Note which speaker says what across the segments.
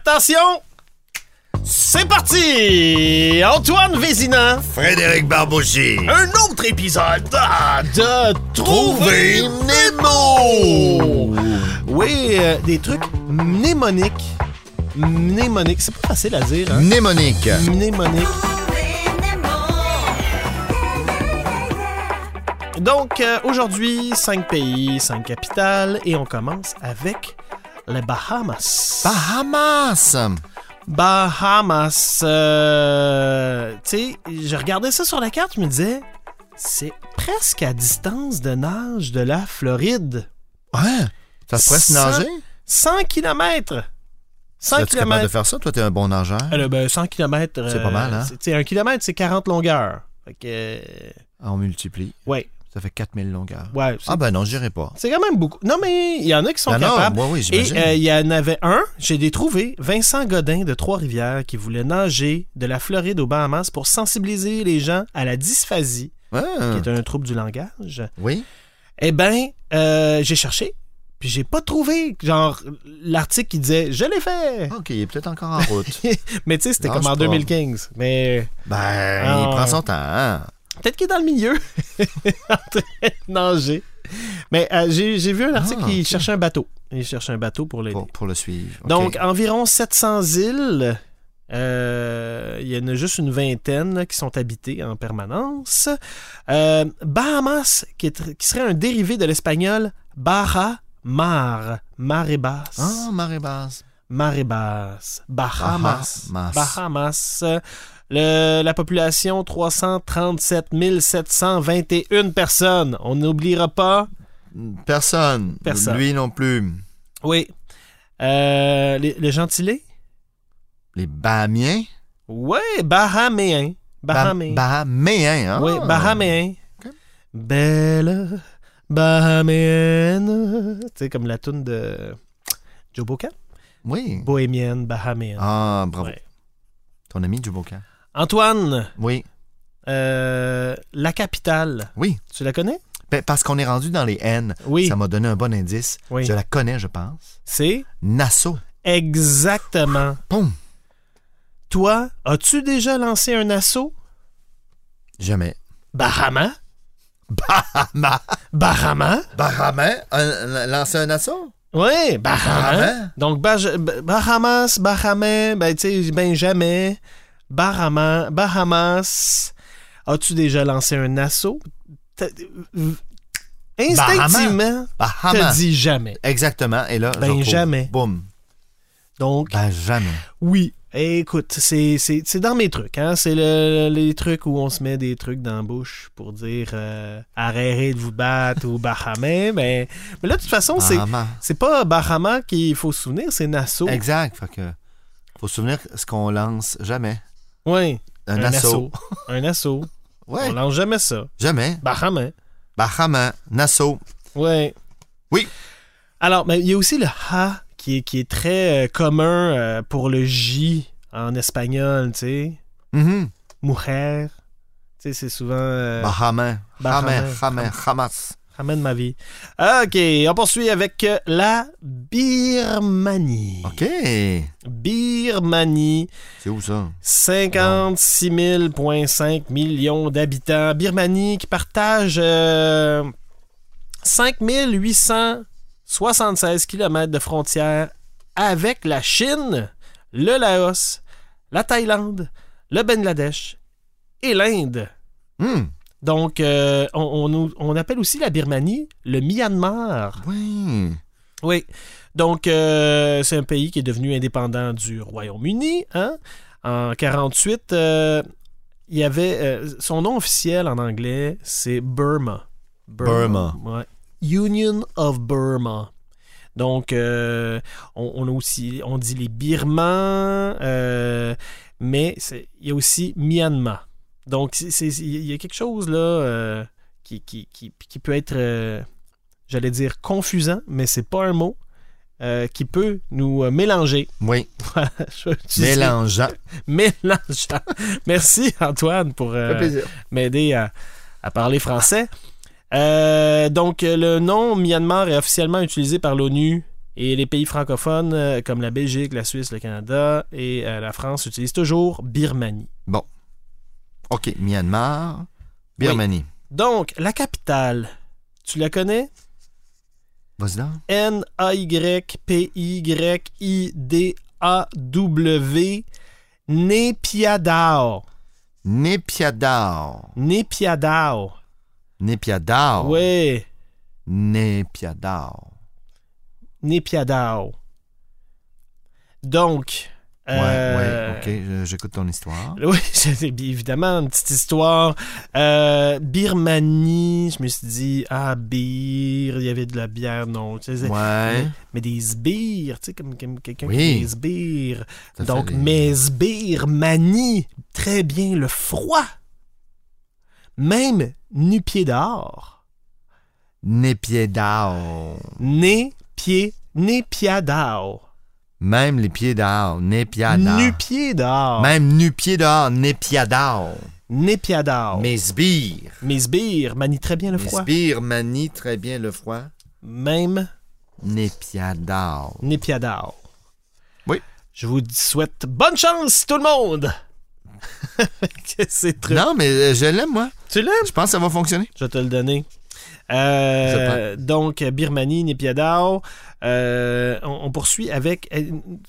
Speaker 1: Attention! C'est parti! Antoine Vézina,
Speaker 2: Frédéric Barbouchi.
Speaker 1: un autre épisode ah, de Trouver
Speaker 2: Nemo!
Speaker 1: Oui, euh, des trucs mnémoniques. Mnémoniques, c'est pas facile à dire, hein?
Speaker 2: Mnémonique.
Speaker 1: Mnémoniques. Donc, euh, aujourd'hui, 5 pays, 5 capitales, et on commence avec les Bahamas.
Speaker 2: Bahamas.
Speaker 1: Bahamas. euh, tu sais, je regardais ça sur la carte, je me disais, c'est presque à distance de nage de la Floride.
Speaker 2: Hein? Ça se presse
Speaker 1: Ça-
Speaker 2: nager?
Speaker 1: 100 km. 100
Speaker 2: Es-tu capable de
Speaker 1: km.
Speaker 2: faire ça? Toi, t'es un bon nageur.
Speaker 1: ben, 100 km.
Speaker 2: C'est pas mal, hein?
Speaker 1: Tu sais, 1 km, c'est 40 longueurs. Fait que. euh,
Speaker 2: Ah, on multiplie.
Speaker 1: Ouais,
Speaker 2: Ça fait 4000 longueurs.
Speaker 1: ouais. c'est-
Speaker 2: Ah ben non, j'irai pas.
Speaker 1: C'est quand même beaucoup. Non, mais il y en a qui sont
Speaker 2: Ah non,
Speaker 1: capables.
Speaker 2: moi, oui,
Speaker 1: Et
Speaker 2: j'imagine.
Speaker 1: euh, il y en avait un, j'ai des trouvé, Vincent Godin de Trois-Rivières, qui voulait nager de la Floride aux Bahamas pour sensibiliser les gens à la dysphasie,
Speaker 2: Ah,
Speaker 1: qui est un trouble du langage.
Speaker 2: Oui?
Speaker 1: Eh bien, j'ai cherché, puis j'ai pas trouvé, genre, l'article qui disait « Je l'ai fait
Speaker 2: OK, il est peut-être encore en route. ».
Speaker 1: Mais tu sais, c'était
Speaker 2: Lâche
Speaker 1: comme en
Speaker 2: pas.
Speaker 1: 2015. Mais
Speaker 2: ben,
Speaker 1: Ah,
Speaker 2: il prend
Speaker 1: ouais.
Speaker 2: son temps. hein?
Speaker 1: peut-être qu'il est dans le milieu, en train de nager. Mais euh, j'ai j'ai vu un article
Speaker 2: Ah,
Speaker 1: qui
Speaker 2: ok.
Speaker 1: cherchait un bateau. Il cherchait un bateau pour l'aider.
Speaker 2: Pour, pour le suivre. OK.
Speaker 1: Donc, environ 700 îles. Euh, Il y en a juste une vingtaine là, qui sont habitées en permanence. Euh, Bahamas, qui, est- qui serait un dérivé de l'espagnol Barra Mar, marée basse.
Speaker 2: Ah, marée basse.
Speaker 1: Marée basse. Bahamas.
Speaker 2: Bahamas.
Speaker 1: Bahamas. Le- la population, 337 721 personnes. On n'oubliera pas.
Speaker 2: Personne.
Speaker 1: Personne.
Speaker 2: Lui non plus.
Speaker 1: Oui. Euh, les, les Gentilés?
Speaker 2: Les Bahamiens.
Speaker 1: Oui, Bahaméens. Bahaméens.
Speaker 2: Bahaméens, hein?
Speaker 1: Oui, Bahaméens.
Speaker 2: Ok.
Speaker 1: Belle Bahaméenne. Tu sais, comme la toune de Joe Bocan.
Speaker 2: Oui.
Speaker 1: Bohémienne, Bahaméenne.
Speaker 2: Ah, bravo.
Speaker 1: Ouais.
Speaker 2: Ton ami du Bocan.
Speaker 1: Antoine,
Speaker 2: Oui.
Speaker 1: euh, la capitale,
Speaker 2: Oui.
Speaker 1: tu la connais?
Speaker 2: Ben, parce qu'on est rendu dans les N.
Speaker 1: Oui.
Speaker 2: Ça m'a donné un bon indice.
Speaker 1: Oui.
Speaker 2: Je la connais, je pense.
Speaker 1: C'est
Speaker 2: Nassau.
Speaker 1: exactement.
Speaker 2: Poum.
Speaker 1: Toi, as-tu déjà lancé un assaut?
Speaker 2: Jamais.
Speaker 1: Bahama?
Speaker 2: Bahama.
Speaker 1: Bahama?
Speaker 2: Bahama. Un- Lancer un assaut?
Speaker 1: Oui, Bahama.
Speaker 2: Bahama.
Speaker 1: Donc, Baj- Ba- Bahamas, Bahamas, ben, tu sais, ben jamais. Bahama, Bahamas. As-tu déjà lancé un assaut? T'as- euh, Instinctivement,
Speaker 2: Bahama.
Speaker 1: t'as dit jamais.
Speaker 2: Exactement. Et là, je
Speaker 1: Ben,
Speaker 2: retrouve.
Speaker 1: jamais.
Speaker 2: Boum.
Speaker 1: Donc,
Speaker 2: Ben, jamais.
Speaker 1: oui. Écoute, c'est c'est- c'est dans mes trucs. Hein? C'est le- les trucs où on se met des trucs dans la bouche pour dire euh, arrêtez de vous battre ou Bahamais. Mais, mais là, de toute façon, c'est
Speaker 2: Bahama.
Speaker 1: c'est pas Bahama qu'il faut se souvenir, c'est Nassau.
Speaker 2: Exact. Fait que, faut se souvenir ce qu'on lance jamais.
Speaker 1: Oui.
Speaker 2: Un, assaut.
Speaker 1: assaut. Un assaut.
Speaker 2: Ouais.
Speaker 1: On lance jamais ça.
Speaker 2: Jamais.
Speaker 1: Bahama.
Speaker 2: Bahama. Nassau.
Speaker 1: Ouais.
Speaker 2: Oui.
Speaker 1: Alors, mais il y a aussi le ha qui est, qui est très euh, commun euh, pour le J en espagnol, tu sais.
Speaker 2: Mhm.
Speaker 1: Mujer. Tu sais, c'est souvent. euh,
Speaker 2: Bahama.
Speaker 1: Bahama.
Speaker 2: Bahama. Bahama. Hamas.
Speaker 1: Ramène ma vie. OK, on poursuit avec euh, la Birmanie.
Speaker 2: OK.
Speaker 1: Birmanie,
Speaker 2: C'est où ça?
Speaker 1: 56 000,5 millions d'habitants. Birmanie qui partage euh, 5 876 km de frontières avec la Chine, le Laos, la Thaïlande, le Bangladesh et l'Inde.
Speaker 2: Hum.
Speaker 1: Donc, euh, on, on nous- on appelle aussi la Birmanie le Myanmar.
Speaker 2: Oui.
Speaker 1: Oui. Donc, euh, c'est un pays qui est devenu indépendant du Royaume-Uni. hein. En 48, euh, il y avait... euh, son nom officiel en anglais, c'est Burma. Ouais. Union of Burma. Donc, euh, on, on a aussi... On dit les Birmans, euh, mais c'est- il y a aussi Myanmar. Donc, c'est- c'est- il y a quelque chose, là, euh, qui, qui- qui- qui peut être... euh, j'allais dire confusant, mais c'est pas un mot euh, qui peut nous euh, mélanger.
Speaker 2: Oui.
Speaker 1: Voilà, je vais utiliser-
Speaker 2: Mélangeant.
Speaker 1: Mélangeant. Merci Antoine pour euh, m'aider à, à parler français. Euh, donc euh, le nom Myanmar est officiellement utilisé par l'ONU Et les pays francophones, euh, comme la Belgique, la Suisse, le Canada et euh, la France, utilisent toujours Birmanie.
Speaker 2: Euh, OK, Myanmar, Birmanie.
Speaker 1: Donc, la capitale, tu la connais?
Speaker 2: Vas-y donc.
Speaker 1: N-A-Y-P-Y-I-D-A-W, Népiadao.
Speaker 2: Népiadao.
Speaker 1: Népiadao.
Speaker 2: Népiadao.
Speaker 1: Oui,
Speaker 2: Népiadao.
Speaker 1: Népiadao. Donc,
Speaker 2: Ouais,
Speaker 1: euh,
Speaker 2: ouais, ok, je- j'écoute ton histoire.
Speaker 1: Oui, c'était bien évidemment une petite histoire. Euh, Birmanie, je me suis dit, ah, bir, il y avait de la bière, non. tu sais,
Speaker 2: Ouais.
Speaker 1: Mais des sbires, tu sais, comme, comme quelqu'un
Speaker 2: Oui.
Speaker 1: qui fait des sbires.
Speaker 2: ça
Speaker 1: Donc,
Speaker 2: fait des-
Speaker 1: mes sbires manient très bien le froid. Même nu-pied dehors.
Speaker 2: Népiadao.
Speaker 1: Né, pied, né, pied dehors.
Speaker 2: Même les pieds dehors. Népiadao.
Speaker 1: Nu-pied dehors.
Speaker 2: Même nu-pied dehors. Népiadao.
Speaker 1: Né, pied dehors.
Speaker 2: Mes sbires.
Speaker 1: Mes sbires manient très bien Oh. le
Speaker 2: Les
Speaker 1: froid.
Speaker 2: sbires manient très bien le froid.
Speaker 1: Même
Speaker 2: Népiadao.
Speaker 1: Népiadao.
Speaker 2: Oui.
Speaker 1: Je vous souhaite bonne chance, tout le monde! que c'est très...
Speaker 2: Non, mais euh, je l'aime, moi.
Speaker 1: Tu l'aimes?
Speaker 2: Je pense que ça va fonctionner.
Speaker 1: Je vais te le donner. Euh, donc, Birmanie, Népiadao. Euh, on, on poursuit avec... euh,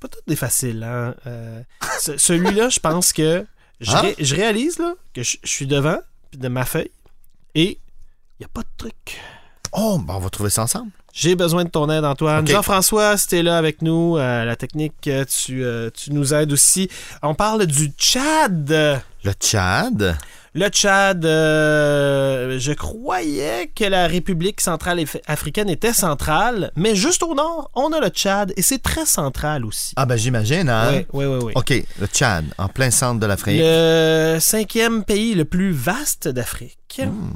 Speaker 1: Pas toutes des faciles, hein? Euh, ce- Celui-là, je pense que... Je,
Speaker 2: Hein?
Speaker 1: ré- je réalise là, que je, je suis devant puis de ma feuille et il n'y a pas de truc.
Speaker 2: Oh, ben, on va trouver ça ensemble.
Speaker 1: J'ai besoin de ton aide, Antoine.
Speaker 2: Ok.
Speaker 1: Jean-François, si t'es là avec nous, euh, la technique, euh, tu, euh, tu nous aides aussi. On parle du Tchad.
Speaker 2: Le Tchad.
Speaker 1: Le Tchad, euh, je croyais que la République centrale Eff- africaine était centrale, mais juste au nord, on a le Tchad et c'est très central aussi.
Speaker 2: Ah, ben, j'imagine, hein?
Speaker 1: Oui, oui, oui. oui.
Speaker 2: OK, le Tchad, en plein centre de l'Afrique.
Speaker 1: Le cinquième pays le plus vaste d'Afrique.
Speaker 2: Hmm,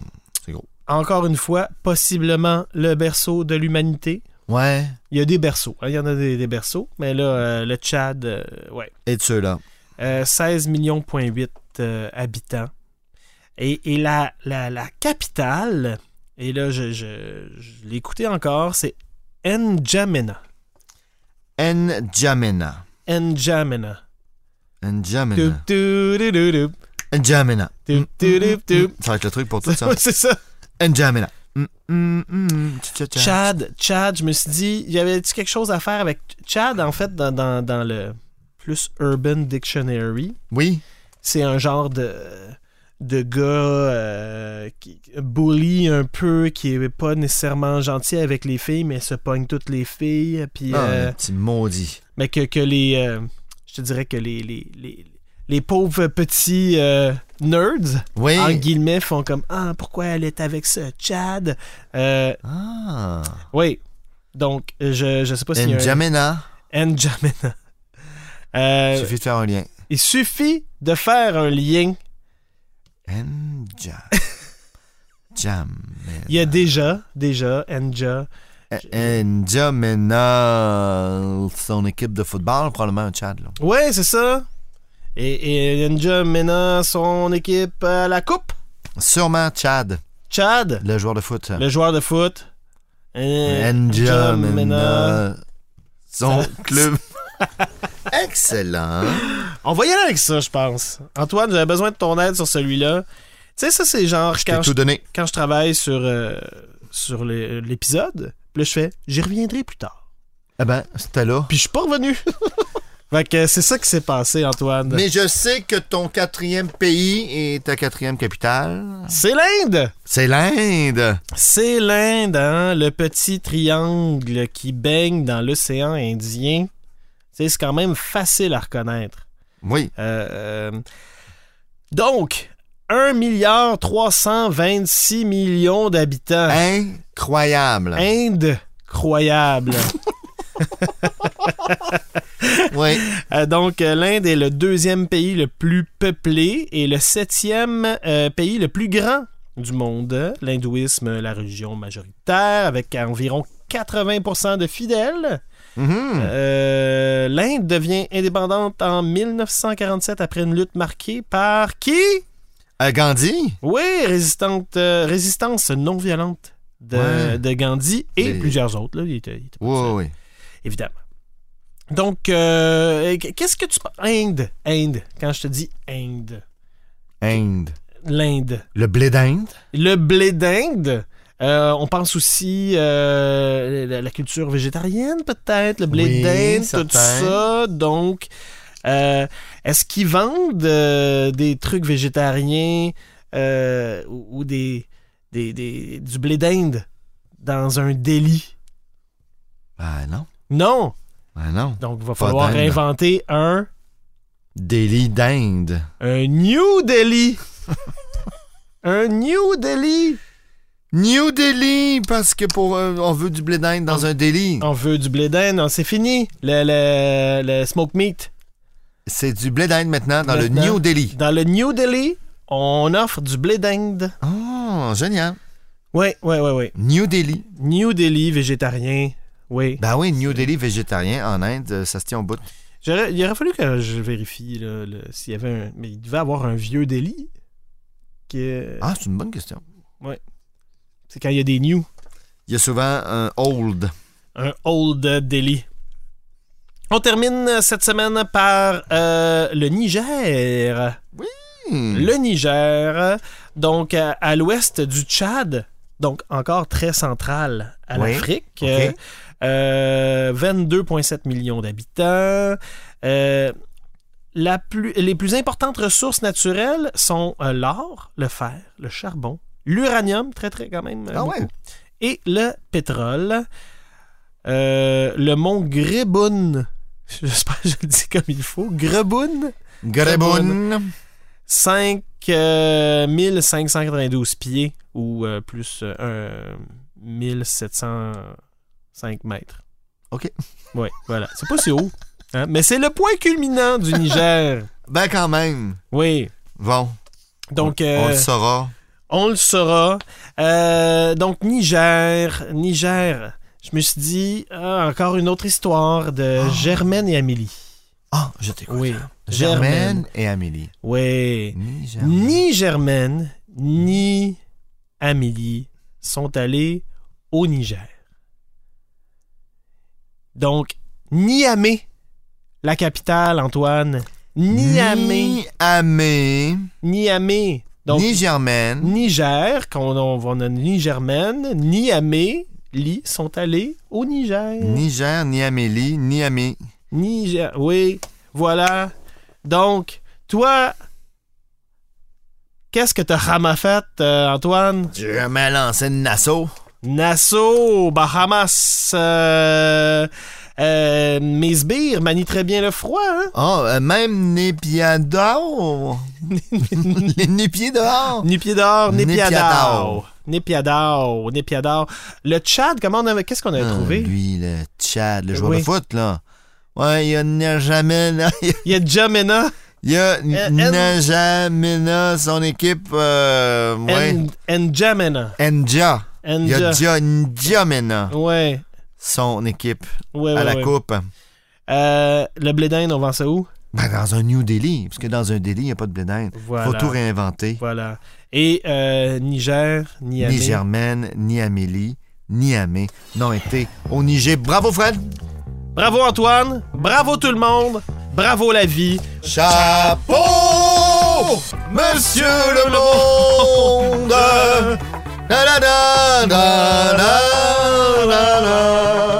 Speaker 2: c'est gros.
Speaker 1: Encore une fois, possiblement le berceau de l'humanité.
Speaker 2: Ouais.
Speaker 1: Il y a des berceaux. hein, Il y en a des, des berceaux. Mais là, euh, le Tchad, euh, ouais.
Speaker 2: Et de ceux-là.
Speaker 1: Euh, 16 millions point huit, euh, habitants. Et, et la, la, la capitale, et là, je, je, je l'ai écouté encore, c'est N'Djamena.
Speaker 2: N'Djamena.
Speaker 1: N'Djamena. Toup,
Speaker 2: N'Djamena.
Speaker 1: toup, toup, toup,
Speaker 2: N'Djamena. Hmm,
Speaker 1: toup, toup, toup, toup.
Speaker 2: Ça va être le truc pour tout ça.
Speaker 1: Mm, C'est ça.
Speaker 2: N'Djamena. Mm, mm, mm, tcha, tcha.
Speaker 1: Tchad, Tchad, je me suis dit, y avait-tu quelque chose à faire avec Tchad, en fait, dans, dans, dans le plus Urban Dictionary?
Speaker 2: Oui.
Speaker 1: c'est un genre de de gars euh, qui bully un peu qui est pas nécessairement gentil avec les filles mais se pogne toutes les filles puis
Speaker 2: Ah,
Speaker 1: euh,
Speaker 2: le petit maudit.
Speaker 1: mais que, que les euh, je te dirais que les les, les, les pauvres petits euh, nerds
Speaker 2: Oui.
Speaker 1: en guillemets font comme ah pourquoi elle est avec ce Chad Euh,
Speaker 2: Ah.
Speaker 1: oui donc je je sais pas si
Speaker 2: N'Djamena.
Speaker 1: N'Djamena
Speaker 2: Il
Speaker 1: Euh,
Speaker 2: suffit de faire un lien.
Speaker 1: il suffit de faire un lien
Speaker 2: N'Djamena.
Speaker 1: Il y a déjà, déjà, Enja.
Speaker 2: Euh, N'Djamena. Son équipe de football, probablement un Tchad. Là.
Speaker 1: Ouais, c'est ça. Et, et Enja mène son équipe à la coupe.
Speaker 2: Sûrement Tchad,
Speaker 1: Chad,
Speaker 2: le joueur de foot.
Speaker 1: le joueur de foot. Euh,
Speaker 2: N'Djamena.
Speaker 1: N'Djamena.
Speaker 2: Son club. Excellent.
Speaker 1: On va y aller avec ça, je pense. Antoine, j'avais besoin de ton aide sur celui-là. Tu sais, ça, c'est genre
Speaker 2: T'as
Speaker 1: quand je,
Speaker 2: tout donné.
Speaker 1: quand je travaille sur, euh, sur les- l'épisode, puis là, je fais j'y reviendrai plus tard.
Speaker 2: Eh ben, c'était là.
Speaker 1: Puis je suis pas revenu. fait que c'est ça qui s'est passé, Antoine.
Speaker 2: Mais je sais que ton quatrième pays est ta quatrième capitale.
Speaker 1: C'est l'Inde!
Speaker 2: C'est l'Inde.
Speaker 1: C'est l'Inde, hein, le petit triangle qui baigne dans l'océan Indien. Tu sais, C'est quand même facile à reconnaître.
Speaker 2: Oui.
Speaker 1: Euh, euh, donc, 1 milliard 326 millions d'habitants.
Speaker 2: Hein? Incroyable.
Speaker 1: Ah. Inde, croyable.
Speaker 2: Oui.
Speaker 1: Euh, donc, euh, l'Inde est le deuxième pays le plus peuplé et le septième euh, pays le plus grand du monde. L'hindouisme, euh, la religion majoritaire, avec environ 80% de fidèles.
Speaker 2: Mhm.
Speaker 1: Euh, L'Inde devient indépendante en 1947 après une lutte marquée par qui
Speaker 2: Euh, Gandhi.
Speaker 1: Oui, résistante, euh, résistance non violente de,
Speaker 2: Ouais.
Speaker 1: de Gandhi et
Speaker 2: Les-
Speaker 1: plusieurs autres. là. Il était- il était pas
Speaker 2: Oui,
Speaker 1: seul.
Speaker 2: oui.
Speaker 1: évidemment. Donc, euh, qu'est-ce que tu penses? Inde, Inde, quand je te dis Inde,
Speaker 2: Inde.
Speaker 1: l'Inde.
Speaker 2: Le blé d'Inde.
Speaker 1: Le blé d'Inde, euh, on pense aussi euh, la, la culture végétarienne peut-être, le blé
Speaker 2: Oui,
Speaker 1: d'Inde, tout
Speaker 2: certain.
Speaker 1: ça. Donc, euh, est-ce qu'ils vendent euh, des trucs végétariens euh, ou, ou des, des- des- du blé d'Inde dans un délit?
Speaker 2: Ben non.
Speaker 1: Non!
Speaker 2: Ben non.
Speaker 1: Donc, il va
Speaker 2: Pas
Speaker 1: falloir
Speaker 2: d'Inde.
Speaker 1: inventer un...
Speaker 2: Délit d'Inde.
Speaker 1: Un New Delhi. un New Delhi.
Speaker 2: New Delhi, parce que pour euh, on veut du blé d'Inde dans un délit.
Speaker 1: On veut du blé d'Inde, non, c'est fini. Le, le, le smoke meat.
Speaker 2: C'est du blé d'Inde maintenant dans
Speaker 1: Maintenant.
Speaker 2: le New Delhi.
Speaker 1: Dans le New Delhi, on offre du blé d'Inde.
Speaker 2: Oh, génial.
Speaker 1: Oui, oui, oui, oui.
Speaker 2: New Delhi.
Speaker 1: New Delhi végétarien. Oui.
Speaker 2: Ben oui, New Delhi végétarien en Inde, euh, ça se tient au bout.
Speaker 1: J'aurais- Il aurait fallu que je vérifie là, le- s'il y avait un. Mais il devait avoir un vieux Delhi. qui est-
Speaker 2: Ah, c'est une bonne question.
Speaker 1: C'est quand il y a des new.
Speaker 2: Il y a souvent un old.
Speaker 1: un old Delhi. On termine euh, cette semaine par euh, le Niger.
Speaker 2: Hmm.
Speaker 1: Le Niger, donc à, à l'ouest du Tchad, donc encore très central à
Speaker 2: Oui,
Speaker 1: l'Afrique.
Speaker 2: ok.
Speaker 1: Euh, euh, 22,7 millions d'habitants. Euh, la plus- les plus importantes ressources naturelles sont euh, l'or, le fer, le charbon, l'uranium, très très quand même. euh,
Speaker 2: Ah ouais.
Speaker 1: beaucoup, Et le pétrole. Euh, le mont Greboun. J'espère que je le dis comme il faut. Greboun.
Speaker 2: Greboun.
Speaker 1: euh, 5592 pieds ou euh, plus euh, un 1705 mètres.
Speaker 2: OK.
Speaker 1: Oui, voilà. C'est pas si haut. hein, Mais c'est le point culminant du Niger.
Speaker 2: Ben quand même.
Speaker 1: Oui.
Speaker 2: Bon,
Speaker 1: Donc,
Speaker 2: on le
Speaker 1: euh,
Speaker 2: saura.
Speaker 1: on le saura. Euh, donc, Niger, Niger. Je me suis dit, ah, encore une autre histoire de
Speaker 2: Oh.
Speaker 1: Germaine et Amélie.
Speaker 2: Ah, je t'écoute.
Speaker 1: Oui.
Speaker 2: Germaine et Amélie.
Speaker 1: Oui.
Speaker 2: Ni Germaine.
Speaker 1: ni Germaine
Speaker 2: Mm.
Speaker 1: ni Amélie sont allées au Niger. Donc, Niamey, la capitale, Antoine. Niamey.
Speaker 2: Ni Amé.
Speaker 1: Niamey. Donc,
Speaker 2: ni Germaine.
Speaker 1: Niger, qu'on on, on a ni Germaine, Niamey, Li sont allés au Niger.
Speaker 2: Ni Ger, ni Amélie, ni Amé.
Speaker 1: Niger. Oui, voilà. Donc, toi, qu'est-ce que t'as ramaffait, euh, Antoine?
Speaker 2: Je me lançais de Nassau.
Speaker 1: Nassau, Bahamas, euh, euh, mes sbires manient très bien le froid. Hein?
Speaker 2: Ah, euh, même Népiador. Les népiers dehors.
Speaker 1: Nipiador, Nipiadao.
Speaker 2: Nipiadao.
Speaker 1: Nipiadao, Nipiadao. Le Tchad, comment on avait, qu'est-ce qu'on avait
Speaker 2: Ah,
Speaker 1: trouvé? Euh,
Speaker 2: lui, le Tchad, le joueur
Speaker 1: Oui.
Speaker 2: de foot, là. Ouais, il y a N'Jamena.
Speaker 1: Il y a Djamena,
Speaker 2: Il y a
Speaker 1: Euh,
Speaker 2: N'Jamena, son équipe. Euh, ouais.
Speaker 1: and N'Djamena.
Speaker 2: N'Dja. Il y a
Speaker 1: N'Dja.
Speaker 2: Dja N'Djamena,
Speaker 1: Ouais,
Speaker 2: son équipe,
Speaker 1: ouais, ouais.
Speaker 2: à la
Speaker 1: ouais.
Speaker 2: coupe.
Speaker 1: Euh, le blé d'Inde, on vend ça où?
Speaker 2: Ben, dans un New Delhi, parce que dans un Delhi, il n'y a pas de blé d'Inde.
Speaker 1: Voilà.
Speaker 2: Faut tout réinventer.
Speaker 1: Voilà. Et euh, Niger, Niamey.
Speaker 2: Ni Germaine, ni Amélie, ni Amé n'ont été au Niger. Bravo, Fred!
Speaker 1: Bravo Antoine, bravo tout le monde, bravo la vie.
Speaker 2: Chapeau, Monsieur le Monde. Da, da, da, da, da, da, da.